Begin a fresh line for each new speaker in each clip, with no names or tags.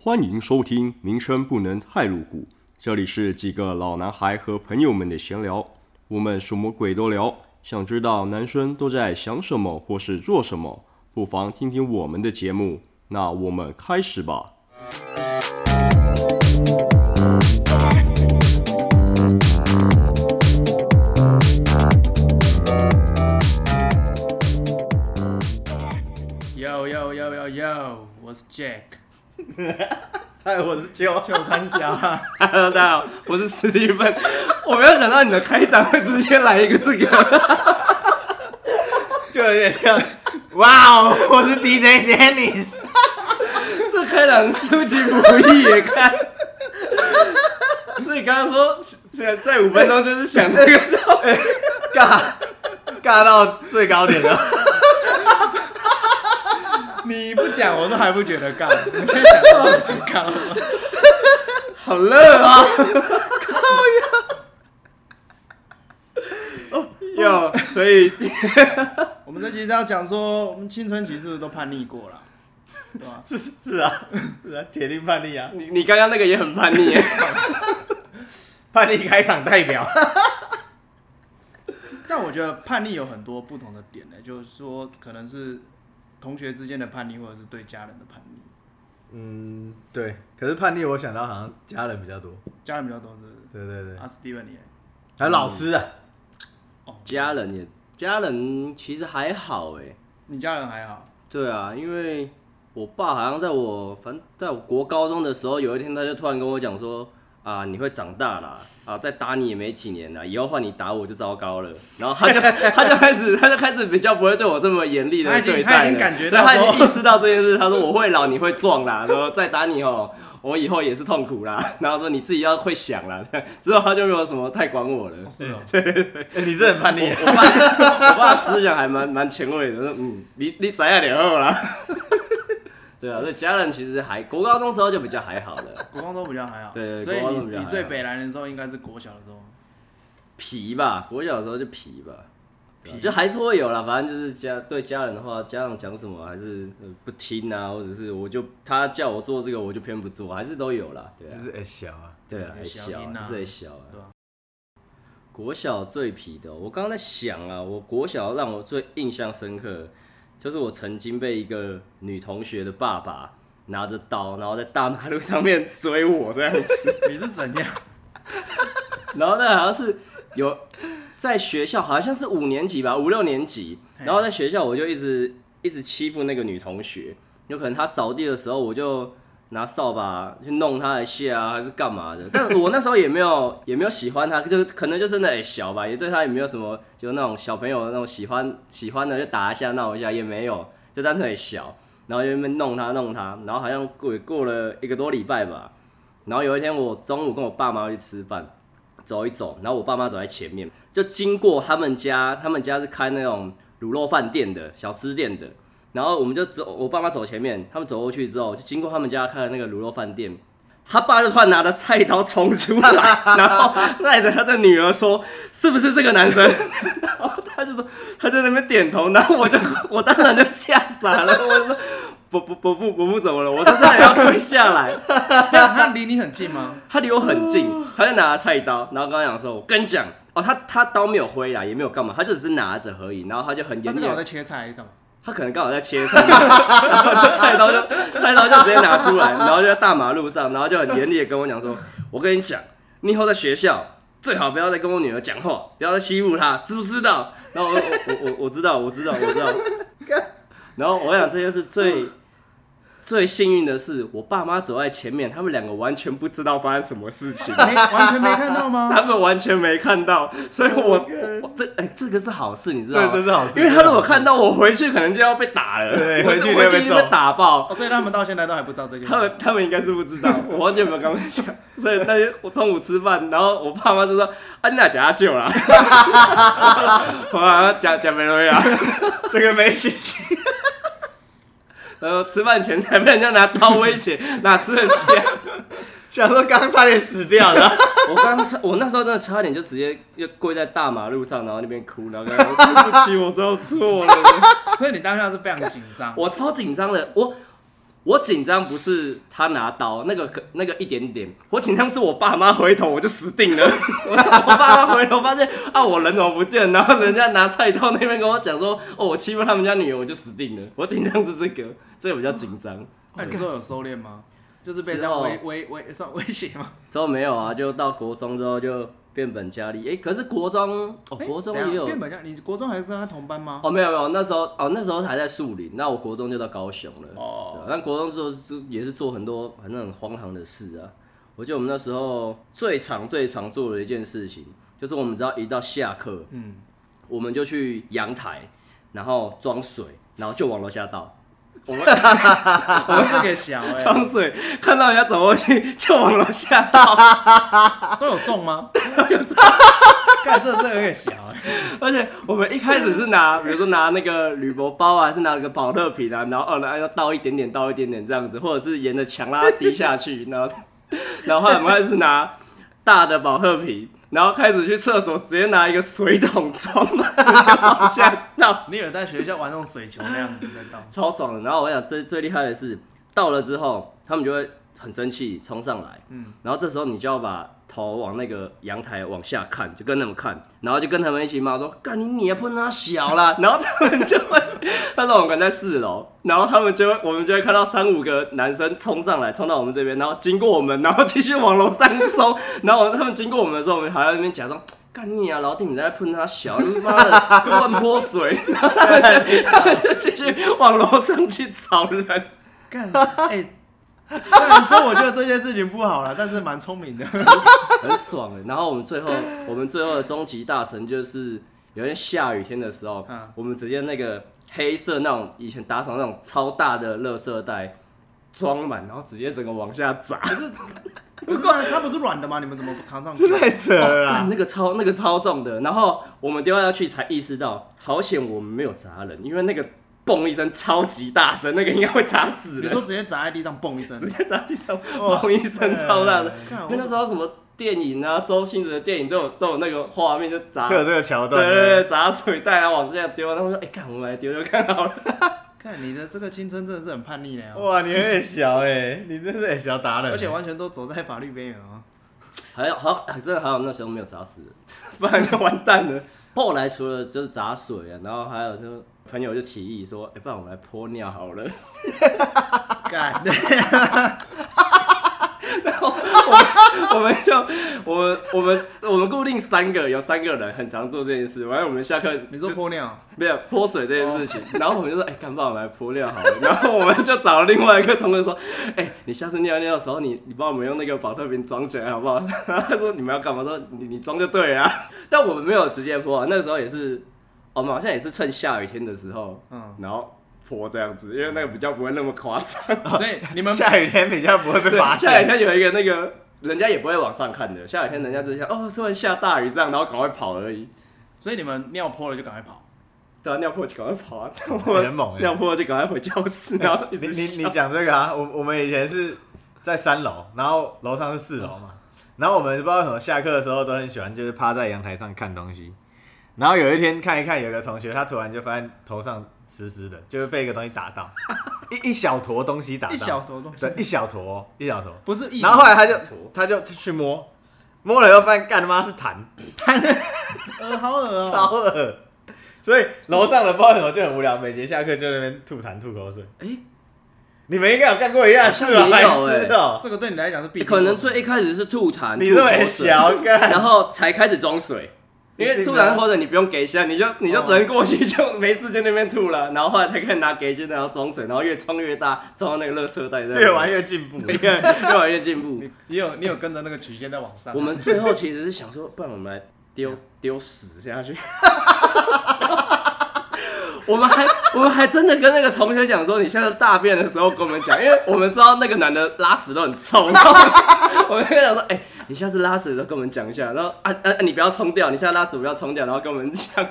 欢迎收听《名称不能太露骨》，这里是几个老男孩和朋友们的闲聊，我们什么鬼都聊。想知道男生都在想什么或是做什么，不妨听听我们的节目。那我们开始吧。
Yo yo yo yo yo，我是 Jack，
嗨，我是 秋。
秀三小啊，
Hello，大家好，我是史蒂芬。我没有想到你的开场会直接来一个这个，
就有 点像，哇哦，我是 DJ Dennis。
这开场出其不意也看。所以刚刚说想在五分钟就是想这个到
尬尬到最高点了，
你不讲我都还不觉得尬， 你先讲我就尬了。
好热啊！靠呀！ 哟，所以
我们这期是要讲说，我们青春期是不是都叛逆过了？对吧？
是是 是啊，是啊，铁定叛逆啊，
你你刚刚那个也很叛逆耶，
叛逆开场代表。
但我觉得叛逆有很多不同的点呢、欸就是说可能是同学之间的叛逆，或者是对家人的叛逆，
嗯， 对。可是叛逆，我想到好像家人比较多。
家人比较多是。
对对对，
啊，Steven 你呢，
还有老师啊，
家人也家人其实还好哎，
你家人还 好？
对啊，因为我爸好像在我反正在我国高中的时候，有一天他就突然跟我讲说啊，你会长大啦，啊，再打你也没几年了，以后换你打我就糟糕了。然后他就 他就开始他就开始比较不会对我这么严厉的
他已经
对待
他已经
了
感觉到
对他已
说
经意识到这件事，他说我会老，你会壮啦，说再打你哦。我以后也是痛苦啦，然后说你自己要会想啦， 这样之后他就没有什么太管我了。
是哦，
哎 你这很叛逆啊。
我爸，我爸思想还蛮蛮前 卫的，说嗯，你你怎样点后啦？ 对啊，所以家人其实还国高中时候就比较还好了，
国光都比较还好。
对
所以
国光
你
都比较还
你
好
最北蓝的时候应该是国小的 时候。
皮吧，国小的时候就皮吧，对啊就还是会有啦。反正就是家对家人的话，家长讲什么还是、呃不听啊，或者是我就他叫我做这个，我就偏不做，还是都有啦。对啊
就，是哎小啊，
对啊，还小
小音啊
啊，还是还小啊。
对啊
国小最皮的哦，我刚刚在想啊，我国小让我最印象深刻，就是我曾经被一个女同学的爸爸拿着刀，然后在大马路上面追我这样子，
你是怎样？
然后那好像是有在学校，好像是五年级吧，五六年级，
嘿
然后在学校我就一直一直欺负那个女同学，有可能她扫地的时候我就。拿扫把去弄她一下啊，还是干嘛的？但我那时候也没有也没有喜欢她，就可能就真的、欸、小吧，也对她也没有什么，就那种小朋友那种喜欢喜欢的就打一下闹一下也没有，就单纯也小，然后就在那边弄她弄她，然后好像过过了一个多礼拜吧，然后有一天我中午跟我爸妈去吃饭，走一走，然后我爸妈走在前面，就经过他们家，他们家是开那种卤肉饭店的小吃店的，然后我们就走，我爸妈走前面，他们走过去之后，就经过他们家开的那个卤肉饭店，他爸就突然拿着菜刀冲出来，然后赖着他的女儿说：“是不是这个男生？” 然后他就说他在那边点头，然后我就我当然就吓傻了，我就说。不不不不不不怎么了，我就差点要跪下来，
那他离你很近吗？
他离我很近，
哦
他就拿着菜刀，然后跟他讲说：“我跟你讲，哦，他他刀没有挥来，也没有干嘛，他就只是拿着而已。”然后他就很
他
严
是
厉
刚好
地，
在切菜还是干嘛？
他可能刚好在切菜， 然后就菜刀就菜刀就直接拿出来，然后就在大马路上，然后就很严厉的跟我讲说：“我跟你讲，你以后在学校最好不要再跟我女儿讲话，不要再欺负她，知不知道？”然后我我我我知道，我知道，我知道。然后我想这件事最。最幸运的是，我爸妈走在前面，他们两个完全不知道发生什么事情。
没，完全没看到吗？
他们完全没看到，所以我我这哎、这个是好事，你知道
这
吗？
真是好事。
因为他如果
这是好事
看到我回去，可能就要被打了，
对
我
回去就会
回
被
去就被
揍
打爆。
哦，所以他们到现在都还不知道这件事。
他们他们应该是不知道， 我完全没有跟他们讲。所以那天我中午吃饭，然后我爸妈就说：“啊，你 俩假酒啦？”我好像假假没容易啊。
这个没信心，
然后吃饭前才被人家拿刀威胁， 哪吃得起啊？
想说刚刚差点死掉 了。
我刚差，我那时候真的差点就直接就跪在大马路上，然后那边哭，然后跟他说：“对不起，我知道错了。”
所以你当下是非常紧张。
我超紧张的，我我紧张不是他拿刀那个可那个一点点，我紧张是我爸妈回头我就死定了。 我我爸妈回头发现啊我人怎么不见，然后人家拿菜刀那边跟我讲说哦我欺负他们家女人我就死定了。我紧张是这个，这个比较紧张。
那你之后有收敛吗？就是被
之
这样
后
威威威算威胁吗？
之后没有啊，就到国中之后就变本加厉。哎、可是国中哦，
哎
国中
等一下
也有
变本加，你国中还是跟他同班吗？
哦，没有没有，那时候哦那时候还在树林，那我国中就到高雄了。
哦
对啊，但国中之后就也是做很多反正很荒唐的事啊。我记得我们那时候最常最常做的一件事情，就是我们只要一到下课，
嗯，
我们就去阳台，然后装水，然后就往楼下倒。
我们这个 小哎，
装水，看到人家走过去就往楼下倒。
都有中吗？都有中， 干这这有点小哎，
而且我们一开始是拿，比如说拿那个铝箔包啊，还是拿个保乐瓶啊，然后哦，然后要倒一点点，倒一点点这样子，或者是沿着墙拉滴下去，然后， 然后后来我们开始拿大的保乐瓶，然后开始去厕所直接拿一个水桶装， 直接往下倒，
你有在学校玩那种水球那样子在倒？
超爽的。然后我想最最厉害的是，到了之后他们就会很生气，冲上来，
嗯，
然后这时候你就要把头往那个阳台往下看，就跟他们看，然后就跟他们一起骂说：“干你你不能小啦！”然后他们就会，那时候我们在四楼，然后他们就会，我们就会看到三五个男生冲上来，冲到我们这边，然后经过我们，然后继续往楼上冲，然后他们经过我们的时候，我们还在那边假装。干你啊！老弟，你在喷他小，你妈的乱泼水，然后他们就他们 就继续往楼上去找人。
干哎，虽然说我觉得这件事情不好了，但是蛮聪明 的。
很爽欸的。然后我们最后，我们最后的终极大成就是有一天下雨天的时候，
嗯
我们直接那个黑色那种以前打扫那种超大的垃圾袋装满，然后直接整个往下砸。
可是，不过它不是软的吗？你们怎么扛上去？
太扯了
干
啦！
那个超那个超重的，然后我们丢下去才意识到，好险我们没有砸人，因为那个嘣一声超级大声，那个应该会砸死
你
人
说，直接砸在地上，嘣一声
直，接砸地上，嘣一声超大声。
看
因为那时候什么电影啊，周星驰的电影都有都有那个画面，就砸
都有这个桥段，
对对对，砸水袋然后往下丢，他们说：“哎、看我们来丢丢看好了。
看你的这个青春真的是很叛逆嘞、哦，
哇，你有点小哎，你真是很小打人，
而且完全都走在法律边缘啊。”
还有好，真的还好那时候没有砸死人，不然就完蛋了。后来除了就是砸水啊，然后还有就朋友就提议说：“哎、不然我们来泼尿好了。
干，
我们就我们我们我们固定三个，有三个人很常做这件事。完了我们下课
你说泼尿，
没有泼水这件事情，然后我们就说，哎、干不然我们来泼尿好了。 然后我们就找另外一个同学说，哎、你下次尿尿的时候，你你帮我们用那个保特瓶装起来好不 好？然后他说你们要干嘛？说你你装就对了啊。 但我们没有直接泼、啊，那时候也是，哦我们好像也是趁下雨天的时候，
嗯，
然后泼这样子，因为那个比较不会那么夸张。
所以你们
哎下雨天比较不哦会被发
下雨
现。
天有一个那个。人家也不会往上看的，下雨天人家只是想哦，突然下大雨这样，然后赶快跑而已。
所以你们尿泼了就赶快跑。
对啊，尿破就赶快跑 啊，尿
欸
破
很猛欸
尿破就赶快回教室，然 后一
你
直
你
笑
你讲这个啊，我我们以前是在三楼，然后楼上是四楼嘛，然后我们不知道为什么下课的时候都很喜欢就是趴在阳台上看东西，然后有一天看一看，有个同学他突然就发现头上湿湿的，就是被一个东西打到， 一一小坨东西打到，
一小坨东西
对，一小坨哦一小坨，
不是一，
然后后来他就
坨
他就去摸，摸了以后发现干他妈是痰，
呃，好恶哦、
超恶，所以楼上的不知道为什么就很无聊，每节下课就在那边吐痰吐口水。
哎
你们应该有干过一样的事吧？
好像
白
没有欸
痴哦、
这个对你来讲是必
可能最一开始是吐痰，
你
吐口
这么
水
小干，
然后才开始装水。因为吐痰或者你哦不用给下，你就你就人过去就没事在那边吐了，然后后来才开始拿给下，然后装水，然后越装越大，装到那个垃圾袋这样，
越玩越进 步。
越 越玩越进步。
你你有你有跟着那个曲线在往上
我，们最后其实是想说，不然我们来丢丢屎下去。 我们还我们还真的跟那个同学讲说，你下次大便的时候跟我们讲，因为我们知道那个男的拉屎都很臭，然后我们跟他讲说，哎、你下次拉屎的时候跟我们讲一下，然后啊啊，你不要冲掉，你下次拉屎不要冲掉，然后跟我们讲。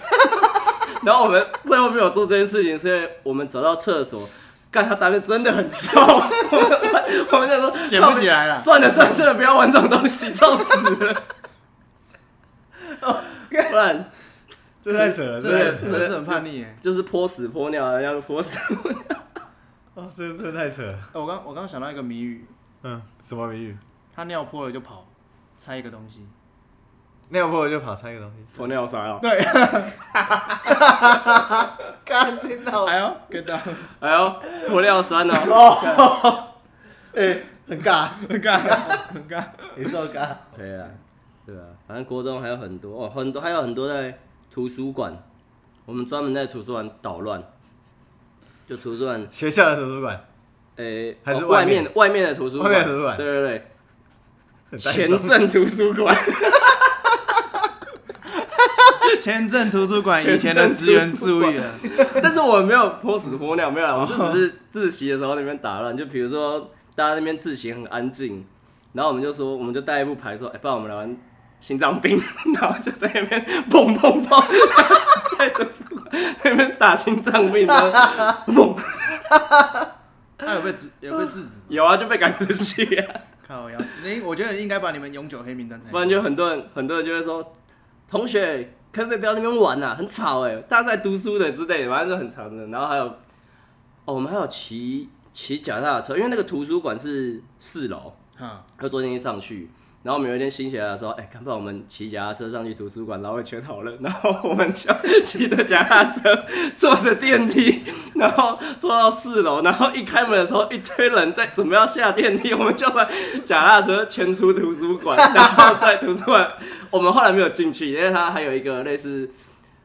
然后我们最后没有做这件事情，是因为我们走到厕所，干他大便真的很臭， 我们我们就说
捡不起来了
算了算了，真的不要玩这种东西，臭死了。不然
这太扯了，
这
这太
个
扯了
真的是很叛逆耶、
就是泼屎泼尿，人家就泼屎。
哦，这个真的太扯了。
哎我刚我刚想到一个谜语，
嗯，什么谜语？
他尿破了就跑，猜一个东西。
尿破了就跑，猜一个东西。
鸵鸟塞啊！
对，
干你 老，
哎呦，get down，
哎呦，鸵鸟山啊！
哎，很尬，
很尬， 很尬。
你受尬。
可以啊，对啊，反正国中还有很多哦，很多还有很多在图书馆，我们专门在图书馆捣乱，就图书馆，
学校的图书馆，
诶、
还是
哦
外
外
面
面外面的图书馆，
外面的图书馆
对对对，
很带
前
走
镇图书馆，
前镇图书馆以前的职员注意了，
但是我没有泼屎泼尿，没有啦，我就只是自习的时候那边打乱，就比如说大家那边自习很安静，然后我们就说，我们就带一副牌说，哎、不然我们来玩心脏病， 然后就在那边砰砰砰， 在图书馆那边打心脏病，然后砰。
他有被制有被制止。
有啊，就被赶出去啊，
靠腰，你我觉得你应该把你们永久黑名单才。
不然就很多人很多人就会说，同学可不可以不要在那边玩啊，很吵哎、大家在读书的之类的，反正就很吵的。然后还有，哦，我们还有骑骑脚踏车，因为那个图书馆是四楼，
哈，
就昨天一上去。然后我们有一天心血来潮说，哎、看不然我们骑脚踏车上去图书馆绕一圈好了。 然后我们就骑着脚踏车，坐着电梯，然后坐到四楼，然后一开门的时候，一堆人在准备要下电梯，我们就把脚踏车牵出图书馆，然后在图书馆，我们后来没有进去，因为它还有一个类似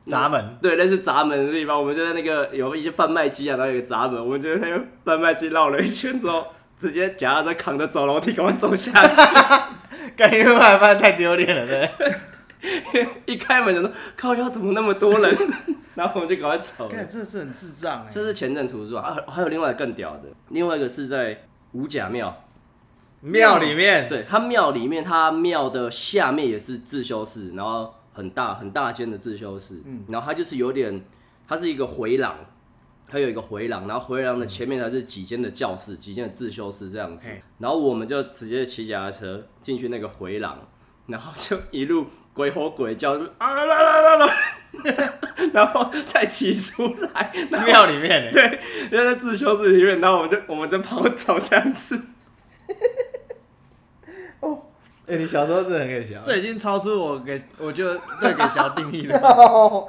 闸门，
对，类似闸门的地方，我们就在那个有一些贩卖机啊，然后有个闸门，我们就在那个贩卖机绕了一圈之后，直接脚踏车扛着走楼梯，赶快走下去。
干因为害怕太丢脸了，对不对。
一开门就说靠腰怎么那么多人， 然后我们就赶快走了
看。这是很智障哎。
这是前镇图书馆啊，还有另外更屌的，另外一个是在五甲庙，
庙里面，
对，它庙里面，它庙的下面也是自修室，然后很大很大间的自修室，
嗯
然后它就是有点，它是一个回廊，它有一个回廊，然后回廊的前面才是几间的教室，几间的自修室这样子
嘿，
然后我们就直接骑脚踏车进去那个回廊，然后就一路鬼吼鬼叫，就啊啦啦啦啦啦， 然后再骑出来，然后
庙里面， 对，
对，就在自修室里面，然后我们就我们就跑走这样子。
哎，你小时候真的很可以笑，
这已经超出我给我就对给小定义 了。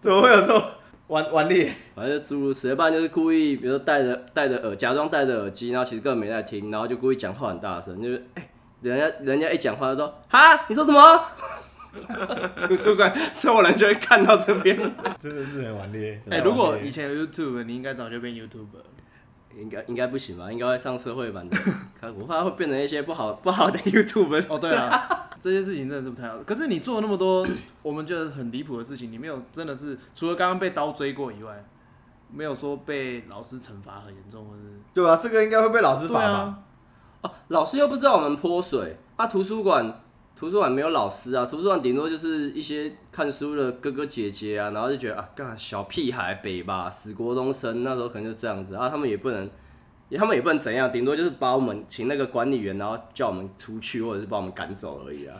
怎么会有这种顽顽劣？
反正就诸如此类，不然就是故意，比如说戴着戴着耳，假装戴着耳机，然后其实根本没在听，然后就故意讲话很大声，就是哎、人家人家一讲话就说哈，你说什么？图书馆所有人就会看到这边，
真的是很顽劣。
哎，如果以前有 YouTube，你应该早就变 YouTuber 了。
应该应该不行吧？应该会上社会版的，看我怕会变成一些不好不好的 YouTube。
哦，对了，这些事情真的是不太好。可是你做了那么多我们觉得很离谱的事情，你没有真的是除了刚刚被刀追过以外，没有说被老师惩罚很严重，或是
对啊，这个应该会被老师
对
罚吧？
啊，
哦，老师又不知道我们泼水啊，图书馆图书馆没有老师啊，图书馆顶多就是一些看书的哥哥姐姐啊，然后就觉得啊，干小屁孩北吧，死国中生，那时候可能就这样子啊，他们也不能。也他们也不能怎样，顶多就是把我们请那个管理员，然后叫我们出去，或者是把我们赶走而已啊。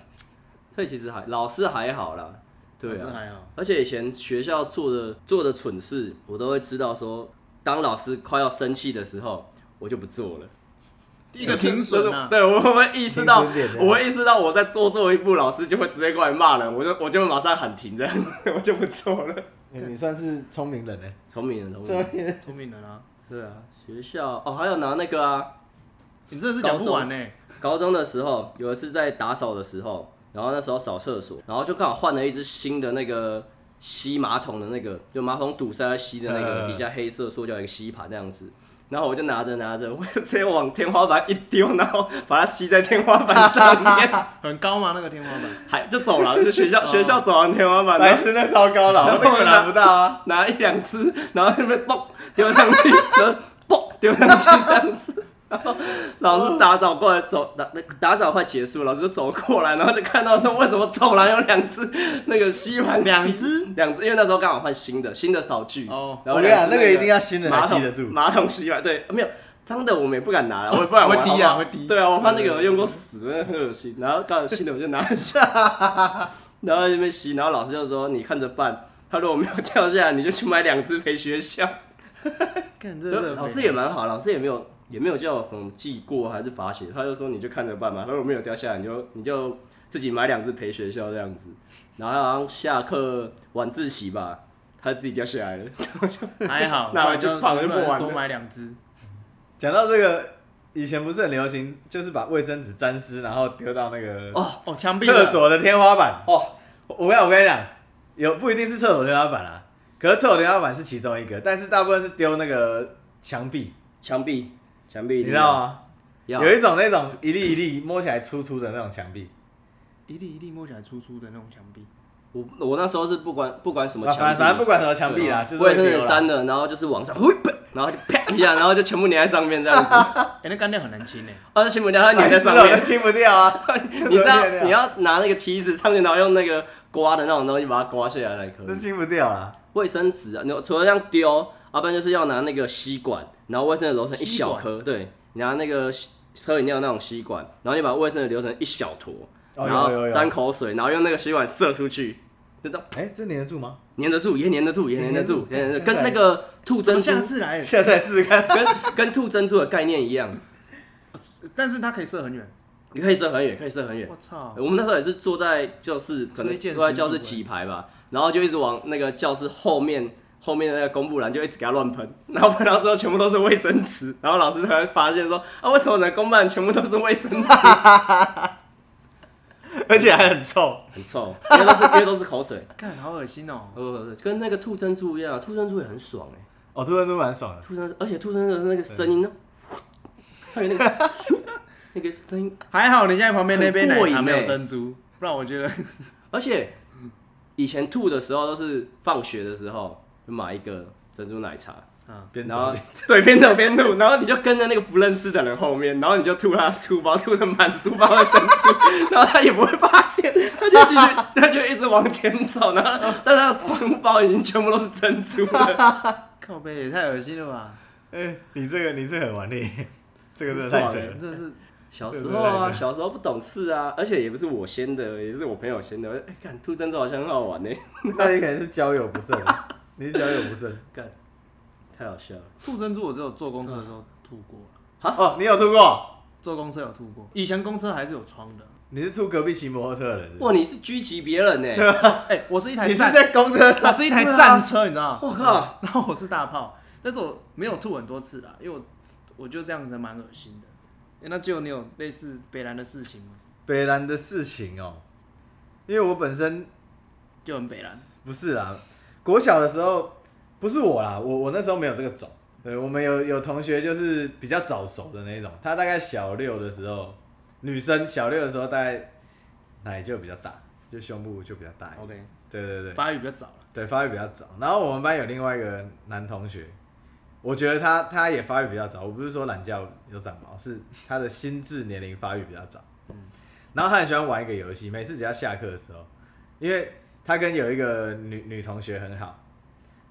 所以其实还老师还好啦，对
老师
啊。
还好。
而且以前学校做的做的蠢事，我都会知道说，当老师快要生气的时候，我就不做了。
一个停损啊，
对，我会意识到
停损点，啊
我会意识到我再多做一步，老师就会直接过来骂人，我就我就马上喊停，这样 我就不做了。
哎你算是聪明人呢，欸
聪明人，聪明人，
明人。
聪明人啊，
对啊，学校哦，还有拿那个啊，
你真的是讲不完呢、欸
高中的时候有一次在打扫的时候，然后那时候扫厕所，然后就刚好换了一只新的那个吸马桶的那个，就马桶堵塞在吸的那个
嗯
底下黑色塑胶一个吸盘那样子。然后我就拿着拿着，我就直接往天花板一丢，然后把它吸在天花板上面。
很高吗？那个天花板？
还就走了，就学校学校走完天花板，
白
然后
痴那超高了，我那个拿不到啊。
拿一两只，然后那边嘣丢上去，然后 嘣丢上去这样子。 然后老师打扫过来走打打扫快结束，老师就走过来，然后就看到说为什么走廊有两只那个吸盘吸
两只
两只，因为那时候刚好换新的新的扫具
哦
然
我
后
跟你
两
讲，
只
那个一定要新人
马
才
桶
吸得住。
马桶吸盘对没有。脏的我们也不敢拿了，我也不敢玩
会滴啊
好不好
会滴
对啊，我怕那个用过死，真的很恶心。然后刚好新的我就拿了下来，然后在那边吸，然后老师就说你看着办，他如果没有掉下来，你就去买两只陪学校。
看这这
老师也蛮好，老师也没有也没有叫我什么记过还是罚写，他就说你就看着办嘛，他说如果没有掉下来，你就你就自己买两只陪学校这样子。然后他好像下课晚自习吧，他自己掉下来了。
还好，
那
不
我
然
就
就
放了就
不
不
然
玩
多
了
买两只。
讲到这个，以前不是很流行，就是把卫生纸沾湿，然后丢到那个
哦哦，枪毙
厕
了，
所的天花板。
哦，
我我跟你讲我跟你讲，有不一定是厕所天花板啊，可是厕所天花板是其中一个，但是大部分是丢那个墙壁，
墙壁墙壁一
你
定
知
要，
道吗？
要
有一种那种一粒一粒摸起来粗粗的那种墙壁，
一粒一粒摸起来粗粗的那种墙壁，
我我那时候是不管不管什么
啊
墙壁，
反反正不管什么墙壁
对
啦，
啊
就是
我也
会丢
是
啦
粘的，然后就是往上， 呼然后就啪一下，然后就全部粘在上面这样子。
哎，那干掉很难清哎。
啊，全部粘在粘在
白痴
上
了，我都
面。
清不掉啊！
你 知道
对对对
你要拿那个梯子上去，然后用那个刮的那种东西把它刮下来才可
真
以。
清不掉啊！
卫生纸啊，你除了这样丢，要不然就是要拿那个吸管，然后卫生纸揉成一
吸
小
管
颗，对，你拿那个吸喝饮料那种吸管，然后你把卫生纸揉成一小坨，
哦
然
有有
后
有
沾口水，然后用那个吸管射出去，就到
哎，这粘得 住吗？
粘得住，也粘得住，也粘得住，
粘
粘
得
得住，
住
跟那个吐
怎
珍
么
珠
下次来？
下次来试试看。
跟跟吐珍珠的概念一样，
但是它可以射很远。
你可以射很远，可以射很远。
我操！
我们那时候也是坐在教室，可能
哦推荐
坐在
十
教室
组哎
几排吧，然后就一直往那个教室后面后面的那个公布栏就一直给他乱喷，然后喷到之后全部都是卫生纸，然后老师才会发现说啊，为什么我的公办全部都是卫生 纸，
而且还很臭。
很臭，因为都是因为都是口水，
看，好恶心哦。
呃，跟那个吐珍珠一样，吐珍珠也很爽哎、
哦，吐珍珠蛮爽的，
吐珍珠，而且吐珍珠的那个声音呢，还有那个咻那个声音，
还好你现在旁边那杯奶
很过瘾
茶
欸
没有珍珠，不然我觉得
而且以前吐的时候都是放学的时候就买一个珍珠奶茶。
边
然后
走
对边走边吐，然后你就跟着那个不认识的人后面，然后你就吐他的书包，吐的满书包的珍珠，然后他也不会发现，他就继续，他就一直往前走，然后但他的书包已经全部都是珍珠了，
靠背也太恶心了吧。
哎，你这个你这个很顽劣， 这个真的太扯了。
真的是
小时候啊，小时候不懂事啊，而且也不是我先的，也是我朋友先的，哎，看吐珍珠好像很好玩呢、
那你可能是交友不慎，啊 你是交友不慎。
干，太好笑了。
吐珍珠，我只有坐公车的时候吐过，
哦，你有吐过？
坐公车有吐过。以前公车还是有窗的。
你是吐隔壁骑摩托车的人是不
哇，
是？
你是狙击别人呢、
啊
哎，我是一台
你是
战，
在公车？
我是一台战车，你知道吗？
我靠，
然后我是大炮，但是我没有吐很多次啦，因为我我就这样子蛮恶心的。哎那就你有类似北兰的事情吗？
北兰的事情哦，因为我本身
就很北兰，
不是啦，国小的时候不是我啦，我我那时候没有这个种。对，我们有有同学就是比较早熟的那一种，她大概小六的时候，女生小六的时候大概奶就比较大，就胸部就比较大一点。
OK，
对对对，
哎发育比较早了，
对，发育比较早。然后我们班有另外一个男同学，我觉得他他也发育比较早。我不是说懒觉有长毛，是他的心智年龄发育比较早。然后他很喜欢玩一个游戏，每次只要下课的时候，因为他跟有一个女女同学很好，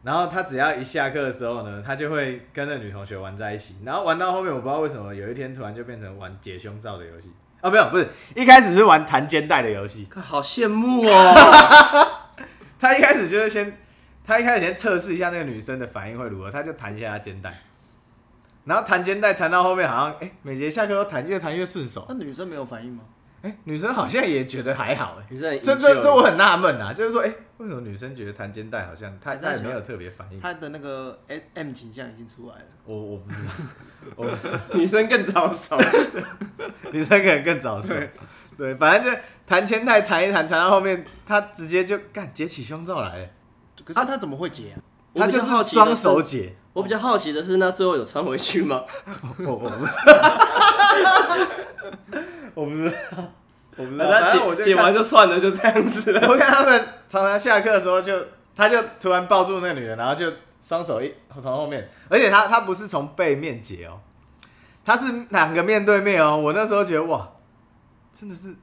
然后他只要一下课的时候呢，他就会跟那女同学玩在一起。然后玩到后面，我不知道为什么有一天突然就变成玩解胸罩的游戏啊，没有，不是一开始是玩弹肩带的游戏。
看好羡慕哦，
他一开始就是先，他一开始先测试一下那个女生的反应会如何，他就弹一下她肩带，然后弹肩带弹到后面好像，哎、每节下课都弹，越弹越顺手
那。女生没有反应吗？
哎、女生好像也觉得还好、哎，
你是很
这
依旧
这这我很纳闷啊，就是说，哎、为什么女生觉得弹肩带好像她
还是
她
她
也
喜
没
欢
有特别反 应？
她的那个 S- M 倾向已经出来了，
我我不知道，我
女生更早熟，
女生可能更早熟。对，反正就弹肩带弹一弹，弹到后面，她直接就干解起胸罩来了，
可是她怎么会解啊？
她
我比
就
较好
是
奇的
双手解。
我比较好奇的是，那最后有穿回去吗？
我我不是，我不知道，我不知道。
那
反正我
解
就
解
看
完，就算了，就这样子了。
我看他们常常下课的时候就，他就突然抱住那个女人，然后就双手一从后面，而且他他不是从背面解哦，他是两个面对面哦。我那时候觉得哇，真的是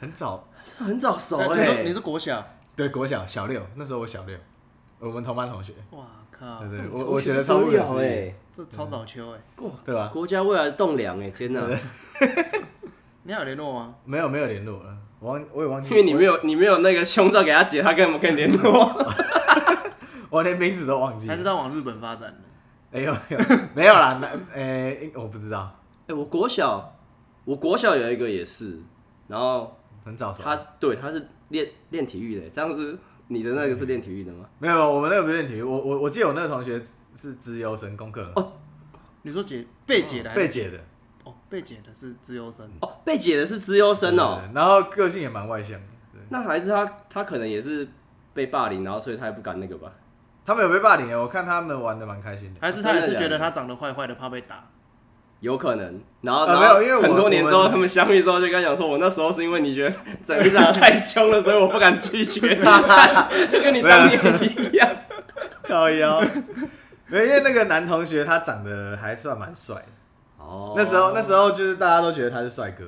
很早，
这很早熟
你
哎、
欸
说你是国小？
对，国小小六那时候我小六，我们同班同学，
哇靠
啊
对，对，我我觉得超不
了
可思议，
哎，
这超早秋哎，
对吧？
国家未来的栋梁哎，天哪！
你还有联络吗？
没有没有联络了，我忘我也忘记，
因为你没有你没有那个胸罩给他解，他根本不跟你联络。
我连名字都忘记了
还是。他往日本发展了？
哎呦，哎呦没有 啦，那哎、我不知道，
哎、我国小，我国小有一个也是，然后
很早熟。
他对他是练练体育的，这样子你的那个是练体育的吗？
没有，我们那个不是练体育，我我我记得我那个同学是资优生，功课
哦
你说解被解的还是
被解的，
哦，被解的是自由生，
哦，被解的是资优生哦，
对然后个性也蛮外向的。对
那还是他他可能也是被霸凌，然后所以他也不敢那个吧？
他们有被霸凌耶，我看他们玩的蛮开心的。
还是他也是觉
真的
得
假
他长得坏坏的，怕被打？
有可能，然后、
呃
然后
没有因为我
很多年之
我
后
们
他们相遇之后就跟他讲说，我那时候是因为你觉得整个长得太凶了，所以我不敢拒绝， 就跟你当年一样。
靠腰，没有因为那个男同学他长得还算蛮帅的。
哦
那时候那时候就是大家都觉得他是帅哥，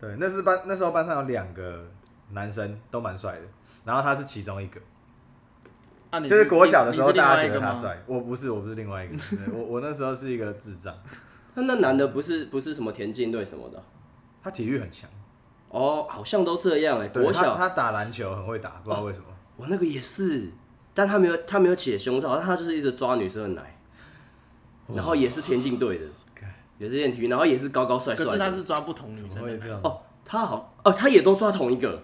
对，那是班那时候班上有两个男生都蛮帅的，然后他是其中一个，
啊，你
就是国小的
你
时候
你是另
大家
外
觉
一
得
个
他
吗？
帅，我不是我不是另 外一个，对我我那时候是一个智障，
那那男的不是不是什么田径队什么的
他体育很强，
哦，好像都这样哎、
对
国小
他他打篮球很会打，不知道为什么，
哦
我那个也是，但他没有他没有解胸罩，他就是一直抓女生的奶，然后也是田径队的，也是练体育，然后也是高高帅帅的。
可是他是抓不同女
怎么
生
会这
的，
样？
哦，他好哦，他也都抓同一个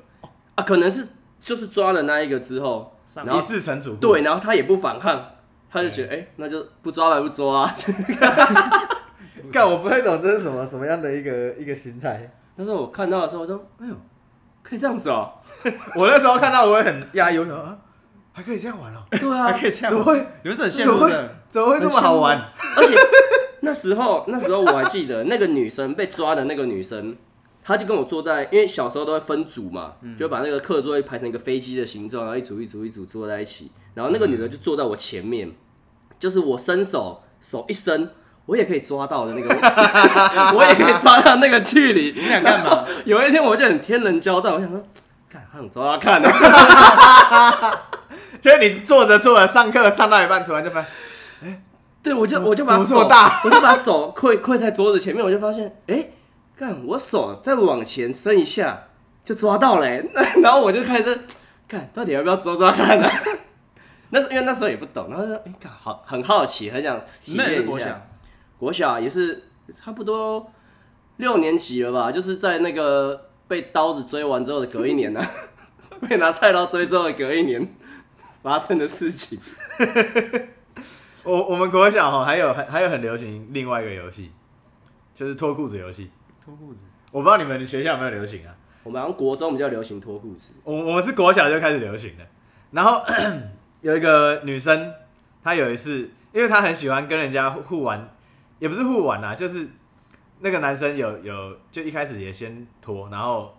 啊，可能是就是抓了那一个之后，
上
然
一
后
世成主顾，
对，然后他也不反抗，他就觉得哎、那就不抓白不抓、啊。
干我不太懂这是什么什么样的一个一个心态，
但是我看到的时候，我说哎呦，可以这样子哦、
我那时候看到我会很压抑，我想说啊，还可以这样玩哦，
对啊
还，可以这样
怎么
吗，
会
你们是很
怎
羡
么
慕
会
的。
怎么会这么好玩？
而且那时候，那时候我还记得那个女生被抓的那个女生，她就跟我坐在，因为小时候都会分组嘛，就把那个课桌椅排成一个飞机的形状，然后一组一组一组坐在一起。然后那个女的就坐在我前面，就是我伸手手一伸，我也可以抓到的 那个，我也可以抓到那个距离。你想干嘛？ 有一天我就很天人交战，我想说，看，好想抓她看啊。
就是你坐着坐着上课上到一半，突然就发现
对，我就我就把
怎么这
手
么大，
我就把手跪跪在桌子前面，我就发现，哎、看我手再往前伸一下就抓到了、欸， 然后我就开始看到底要不要抓抓看呢、 啊？那是因为那时候也不懂，然后就哎，看、好很好奇，很想体
那也是
验
国
一
小
下。，国小也是差不多六年级了吧，就是在那个被刀子追完之后的隔一年呢、啊， 被拿菜刀追之后的隔一年发生的事情。
我我们国小哈，哦还有还还有很流行另外一个游戏，就是脱裤子游戏。
脱裤子，
我不知道你们学校有没有流行啊？
我们好像国中比较流行脱裤子，
我我们是国小就开始流行的。然后 有一个女生，她有一次，因为她很喜欢跟人家互互玩，也不是互玩啦、啊就是那个男生有有就一开始也先脱，然后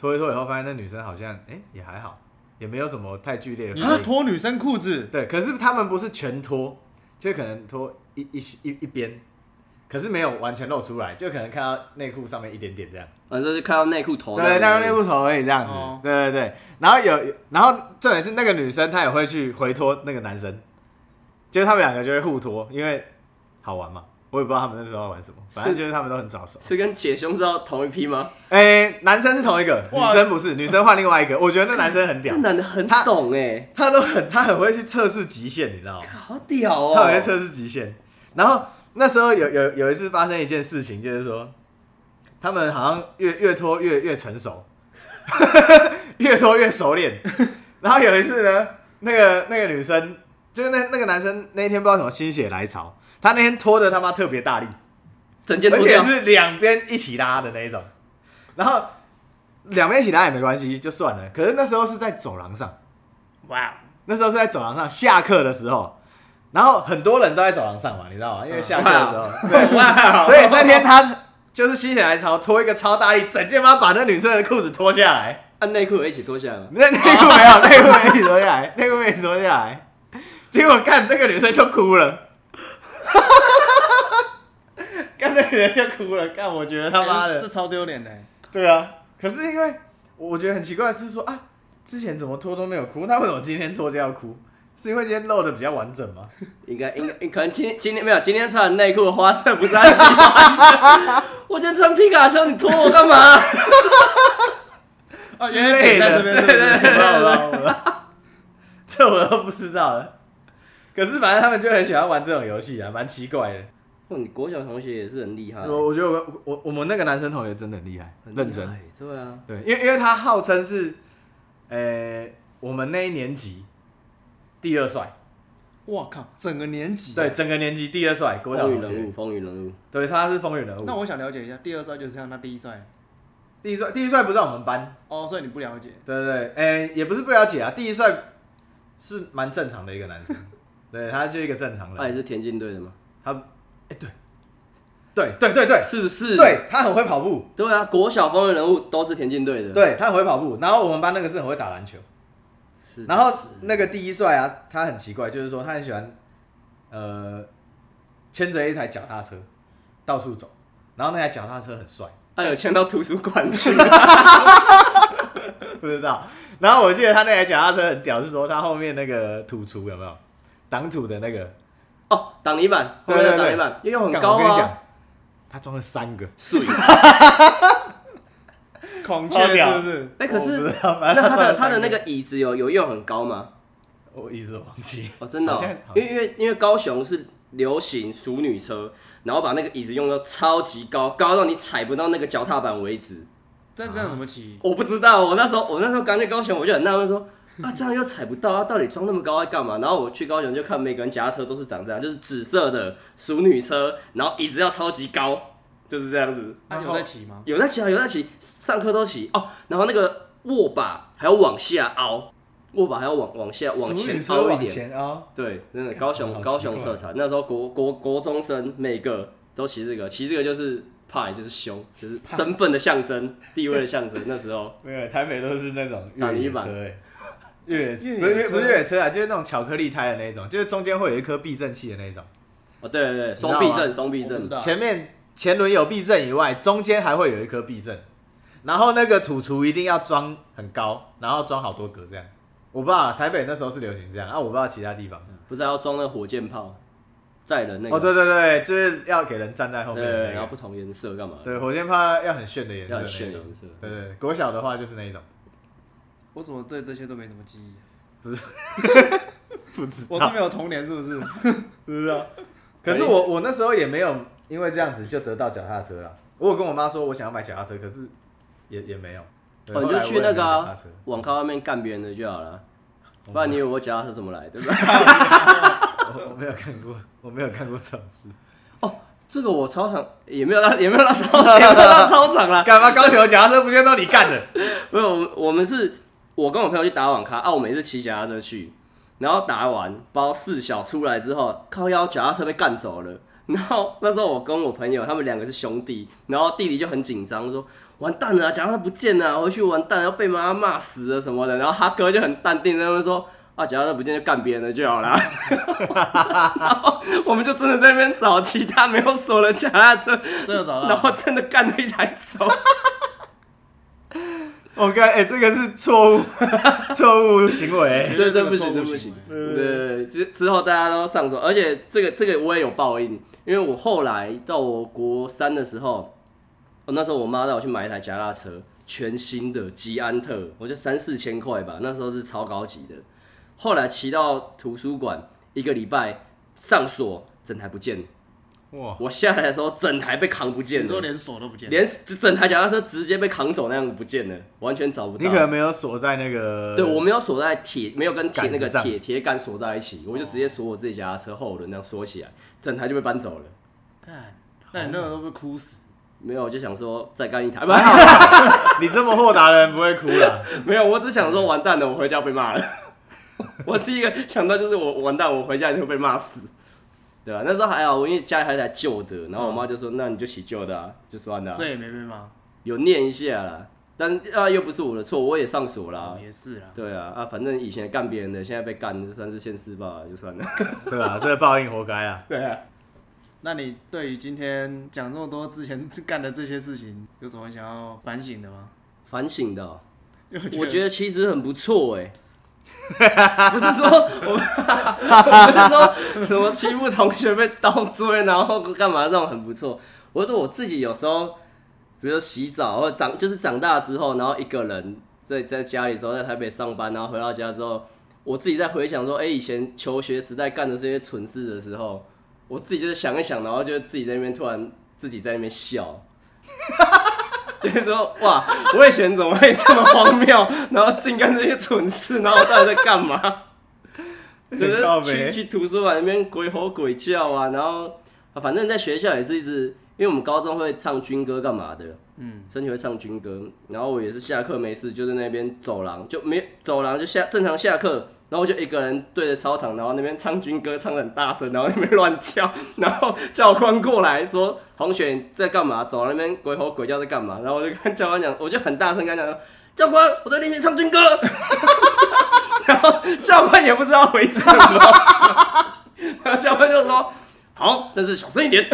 脱一脱以后，发现那女生好像哎、诶也还好，也没有什么太剧烈的
你
反应。
是啊脱女生裤子，
对，可是他们不是全脱，就可能脱一一一一边，可是没有完全露出来，就可能看到内裤上面一点点这样。
反正就是看到内裤头。
对，那个内裤头而已这样子。
哦
对对对，然后有，然后重点是那个女生她也会去回脱那个男生，就是他们两个就会互脱，因为好玩嘛。我也不知道他们那时候在玩什么，反正
是
就是他们都很早熟。
是跟解胸罩同一批吗？
哎、男生是同一个，女
哇
生不是，女生换另外一个。我觉得那男生很屌
这，男的很
他
懂哎、
他都很他很会去测试极限，你知道吗？
好屌哦、
他有在测试极限。然后那时候有有有一次发生一件事情，就是说他们好像越越拖越越成熟， 越拖越熟练。然后有一次呢，那个那个女生就是那那个男生那一天不知道什么心血来潮，他那天拖的他妈特别大力，
整件脱
而且
掉，
是两边一起拉的那一种。然后两边一起拉也没关系，就算了。可是那时候是在走廊上。
哇，
那时候是在走廊上下课的时候，然后很多人都在走廊上嘛，你知道吗？因为下课的时候， 对，所以那天他就是心血来潮，拖一个超大力，整件妈把那女生的裤子脱下来，
按啊内裤也一起脱下来吗？
那内裤没有，内裤没脱下来，内裤没脱下来，结果干那个女生就哭了。干那个人就哭了，干我觉得他妈
哎
的
这，超丢脸的。
对啊，可是因为我觉得很奇怪，是说啊，之前怎么脱都没有哭，那为什么今天脱就要哭？是因为今天露的比较完整吗？
应该应该可能今天今天没有，今天穿的内裤的花色不是他喜欢 的。我今天穿皮卡丘，你脱我干嘛？
哦，
之
原来可
类
以在
的，
这边，对对
对对，这我都不知道了。可是反正他们就很喜欢玩这种游戏啊，蛮奇怪的。
哦，你国小同学也是很厉害，
我我觉得我我我们那个男生同学真的很厉害，
很厉害
认真。。
对啊，
对，因为因为他号称是，呃、我们那一年级第二帅，
哇靠，整个年级。啊
对，，整个年级第二帅，国小
风云
同
人
学
物，。风云人物。
对，他是风云人物。
那我想了解一下，第二帅就是像他第一帅
第一帅，第一帅不是我们班，
哦，所以你不了解。
对对对，哎、也不是不了解啊，第一帅是蛮正常的一个男 生，对，他就一个正常
他也
人，
是田径队的嘛？
他，哎、对，对对对对
是不是？
对，他很会跑步，
对啊，国小风云人物都是田径队的。，
对他很会跑步，然后我们班那个是很会打篮球，
是。
然后
是
那个第一帅啊，他很奇怪，就是说他很喜欢，呃，牵着一台脚踏车到处走，然后那台脚踏车很帅，
他有签到图书馆去。
不知道。然后我记得他那台脚踏车很屌，是说他后面那个土厨有没有挡土的那个？
哦，挡泥板，后
对
面
对
的
对
挡泥板，因为
我
很高
跟你讲
啊。，
他装了三个，
水。
孔
超
雀
屌
是不是？
哎，可
我不
是
知道
那
反正
他
装
的
了
他
三
的那个椅子有有用很高吗？
我一直忘记。
哦，真的哦
好像，
因为因为因为高雄是流行熟女车，然后把那个椅子用到超级高，高到你踩不到那个脚踏板为止。
这这样怎么骑？
我不知道，我那时候我那时候刚去高雄，我就很纳闷说，啊这样又踩不到，啊到底装那么高在干嘛？然后我去高雄就看每个人夹车都是长这样，就是紫色的淑女车，然后椅子要超级高，就是这样子。
啊，有在骑吗？
有在骑啊，有在骑，上课都骑哦。然后那个握把还要往下凹，握把还要往往下往前凹一
往
点。
前哦凹，
对，真的
干
高
好
雄
奇
高雄
怪
特产，那时候国国国中生每个都骑这个，骑这个就是派，就是凶，就是身份的象征，地位的象征。那时候。
没有台北都是那种
打
越
泥
野
板
车哎。越野
越野
不是越不是
车
越野车啊，就是那种巧克力胎的那种，就是中间会有一颗避震器的那种。
哦，对对对，
知道吗
双避震，双避
我不知
震，
道
前面前轮有避震以外，中间还会有一颗避震，然后那个土厨一定要装很高，然后装好多格这样。我不知道台北那时候是流行这样啊，我不知道其他地方。
不是要装那个火箭炮，载人那个，
哦，对对对，就是要给人站在后
对
面
对对
的
然
那
后
个。
不同颜色干嘛？
对，火箭炮要很炫的颜色
要
那
很炫
种。
颜色。
对对对，国小的话就是那一种。
我怎么对这些都没什么记忆？啊
不知
我是没有童年，是不是？
不知道。 可
哎
是我我那时候也没有因为这样子就得到脚踏车了。我有跟我妈说我想要买脚踏车，可是也也没有。对
哦，你
后来
就
我
去
也
那
没有
个
脚踏
啊
车，哦
网咖外面干别人的就好了，不然你以为我脚踏车怎么来，对吧？
我我没有看过，我没有看过这种事。
这个我操场也没有到，也没有到操场，也没有到操场啦。
干嘛？高雄脚踏车不就都你干的？
没有，我们我们是我跟我朋友去打网咖，啊，我们也是骑脚踏车去，然后打完包四小出来之后，靠腰脚踏车被干走了。然后那时候我跟我朋友，他们两个是兄弟，然后弟弟就很紧张，说完蛋了啊，脚踏车不见了啊，回去完蛋了，要被妈妈骂死了什么的。然后他哥就很淡定，在那边说啊，脚踏车不见就干别人的就好啦。 然后我们就真的在那边找其他没有锁的脚踏车，
真的找
然
到？
后真的干了一台走。
我看，哎、这个是错误， 错误行为。
绝
对，这
对这
不
个
行，
错
这
误
不
行
行
为。
对对，对之之后大家都上手，而且这个这个我也有报应，因为我后来到我国三的时候，我那时候我妈带我去买一台脚踏车，全新的吉安特，我就三四千块吧，那时候是超高级的。后来骑到图书馆一个礼拜，上锁整台不见了，
哇，
我下来的时候整台被扛不见
你说
了，
连锁都不见，
连整台脚踏车直接被扛走那样子不见了，完全找不到。
你可能没有锁在那个，
对我没有锁在铁，没有跟铁
杆子
那个
上哦
铁铁杆锁在一起，我就直接锁我自己家的车后轮那样锁起来，整台就被搬走了。
干，那你那个都被哭死。
没有，我就想说再干一台，
还好吧。你这么豁达的人不会哭了。
没有，我只想说完蛋了，我回家被骂了。 我是一个想到就是我完蛋，我回家一定会被骂死，对啊吧、那时候还好，我因为家里还有一台旧的，然后我妈就说、那你就骑旧的、啊，就算了
哦
啊、
这也没被骂，
有念一下啦，但啊又不是我的错，我也上锁啦
哦。也是啦。
对啊，啊，反正以前干别人的，现在被干，就算是现世吧，就算了。
对吧？这个报应活该啊。
对啊，
那你对于今天讲这么多之前干的这些事情，有什么想要反省的吗？
反省的哦、
因为
我
觉
觉得其实很不错 哎、不是说我们，不是说什么欺负同学被倒追，然后干嘛这种很不错。我是说我自己有时候，比如说洗澡或者长，就是长大之后，然后一个人在在家里的时候，在台北上班，然后回到家之后，我自己在回想说，哎、以前求学时代干的这些蠢事的时候，我自己就是想一想，然后就自己在那边突然自己在那边笑， 就是说哇，我以前怎么会这么荒谬， 然后竟干这些蠢事，然后我到底在干 嘛？就是
靠
去
北
去图书馆那边鬼吼鬼叫啊，然后啊反正在学校也是一直，因为我们高中会唱军歌干嘛的，
嗯，
身体会唱军歌，然后我也是下课没事就在那边走廊，就没走廊就下正常下课，然后我就一个人对着操场，然后那边唱军歌唱的很大声，然后那边乱叫，然后教官过来说：“同学你在干嘛？走廊那边鬼吼鬼叫在干嘛？”然后我就跟教官讲，我就很大声跟他讲说：“教官，我在练习唱军歌。”然后教官也不知道回什么，然后教官就说：“好，但是小声一点。”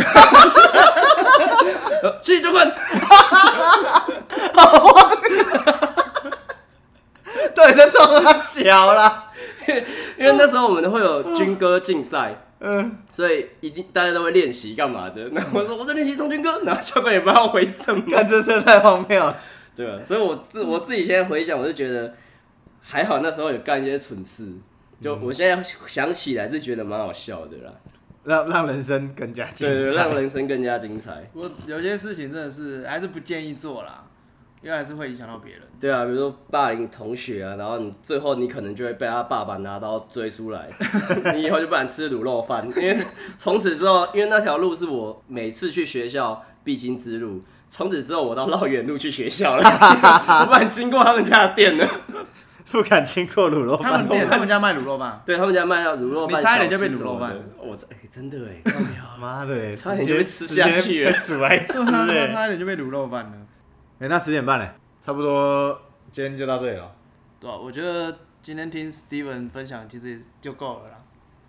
谢谢教官。
到底在冲他小 啦？
因为那时候我们都会有军歌竞赛，
嗯，
所以一定大家都会练习干嘛的。 然后我说我在练习唱军歌，然后教官也不知道回什么，
看这车太荒谬了。
对吧？所以我自我自己现在回想，我就觉得还好那时候有干一些蠢事，就我现在想起来是觉得蛮好笑的啦，
让让人生更加精
对对，
彩
让人生更加精彩。
我有些事情真的是还是不建议做啦，因为还是会影响到别人。
对啊，比如说霸凌同学啊，然后你最后你可能就会被他爸爸拿刀追出来， 你以后就不敢吃卤肉饭，因 为从此之后，因为那条路是我每次去学校必经之路，从此之后我都绕远路去学校 了，我不敢经过他们家的店了。
不敢经过卤肉
他
饭
们。店他们家卖卤肉饭，
对他们家卖到卤肉饭，
你差一点就被卤肉饭
小吃什么的，我、哎真的 哎、靠腰
妈的，
差点
直接
就被吃下去了
直接被煮 来
欸
吃
他
哎、
们差一点就被卤肉饭了。
哎、那十点半嘞、差不多今天就到这里了，
对啊，我觉得今天听 Steven 分享其实就够了啦。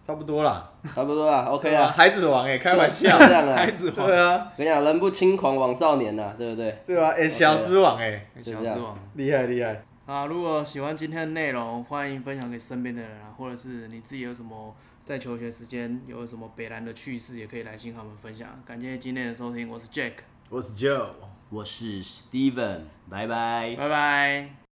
差不多啦。
差不多啦，OK
啊
啦，
孩子王哎、开玩笑，
就这样啦
孩子王。对啊，
跟你讲，人不轻狂枉少年呐，对不对？
对啊，哎、小之王哎、
就
小
这样
之王
厉害厉害。
啊，如果喜欢今天的内容，欢迎分享给身边的人啊，或者是你自己有什么在求学时间有什么北兰的趣事，也可以来信和我们分享。感谢今天的收听，我是 Jack，
我是 Joe。
我是 Steven，拜拜
拜拜。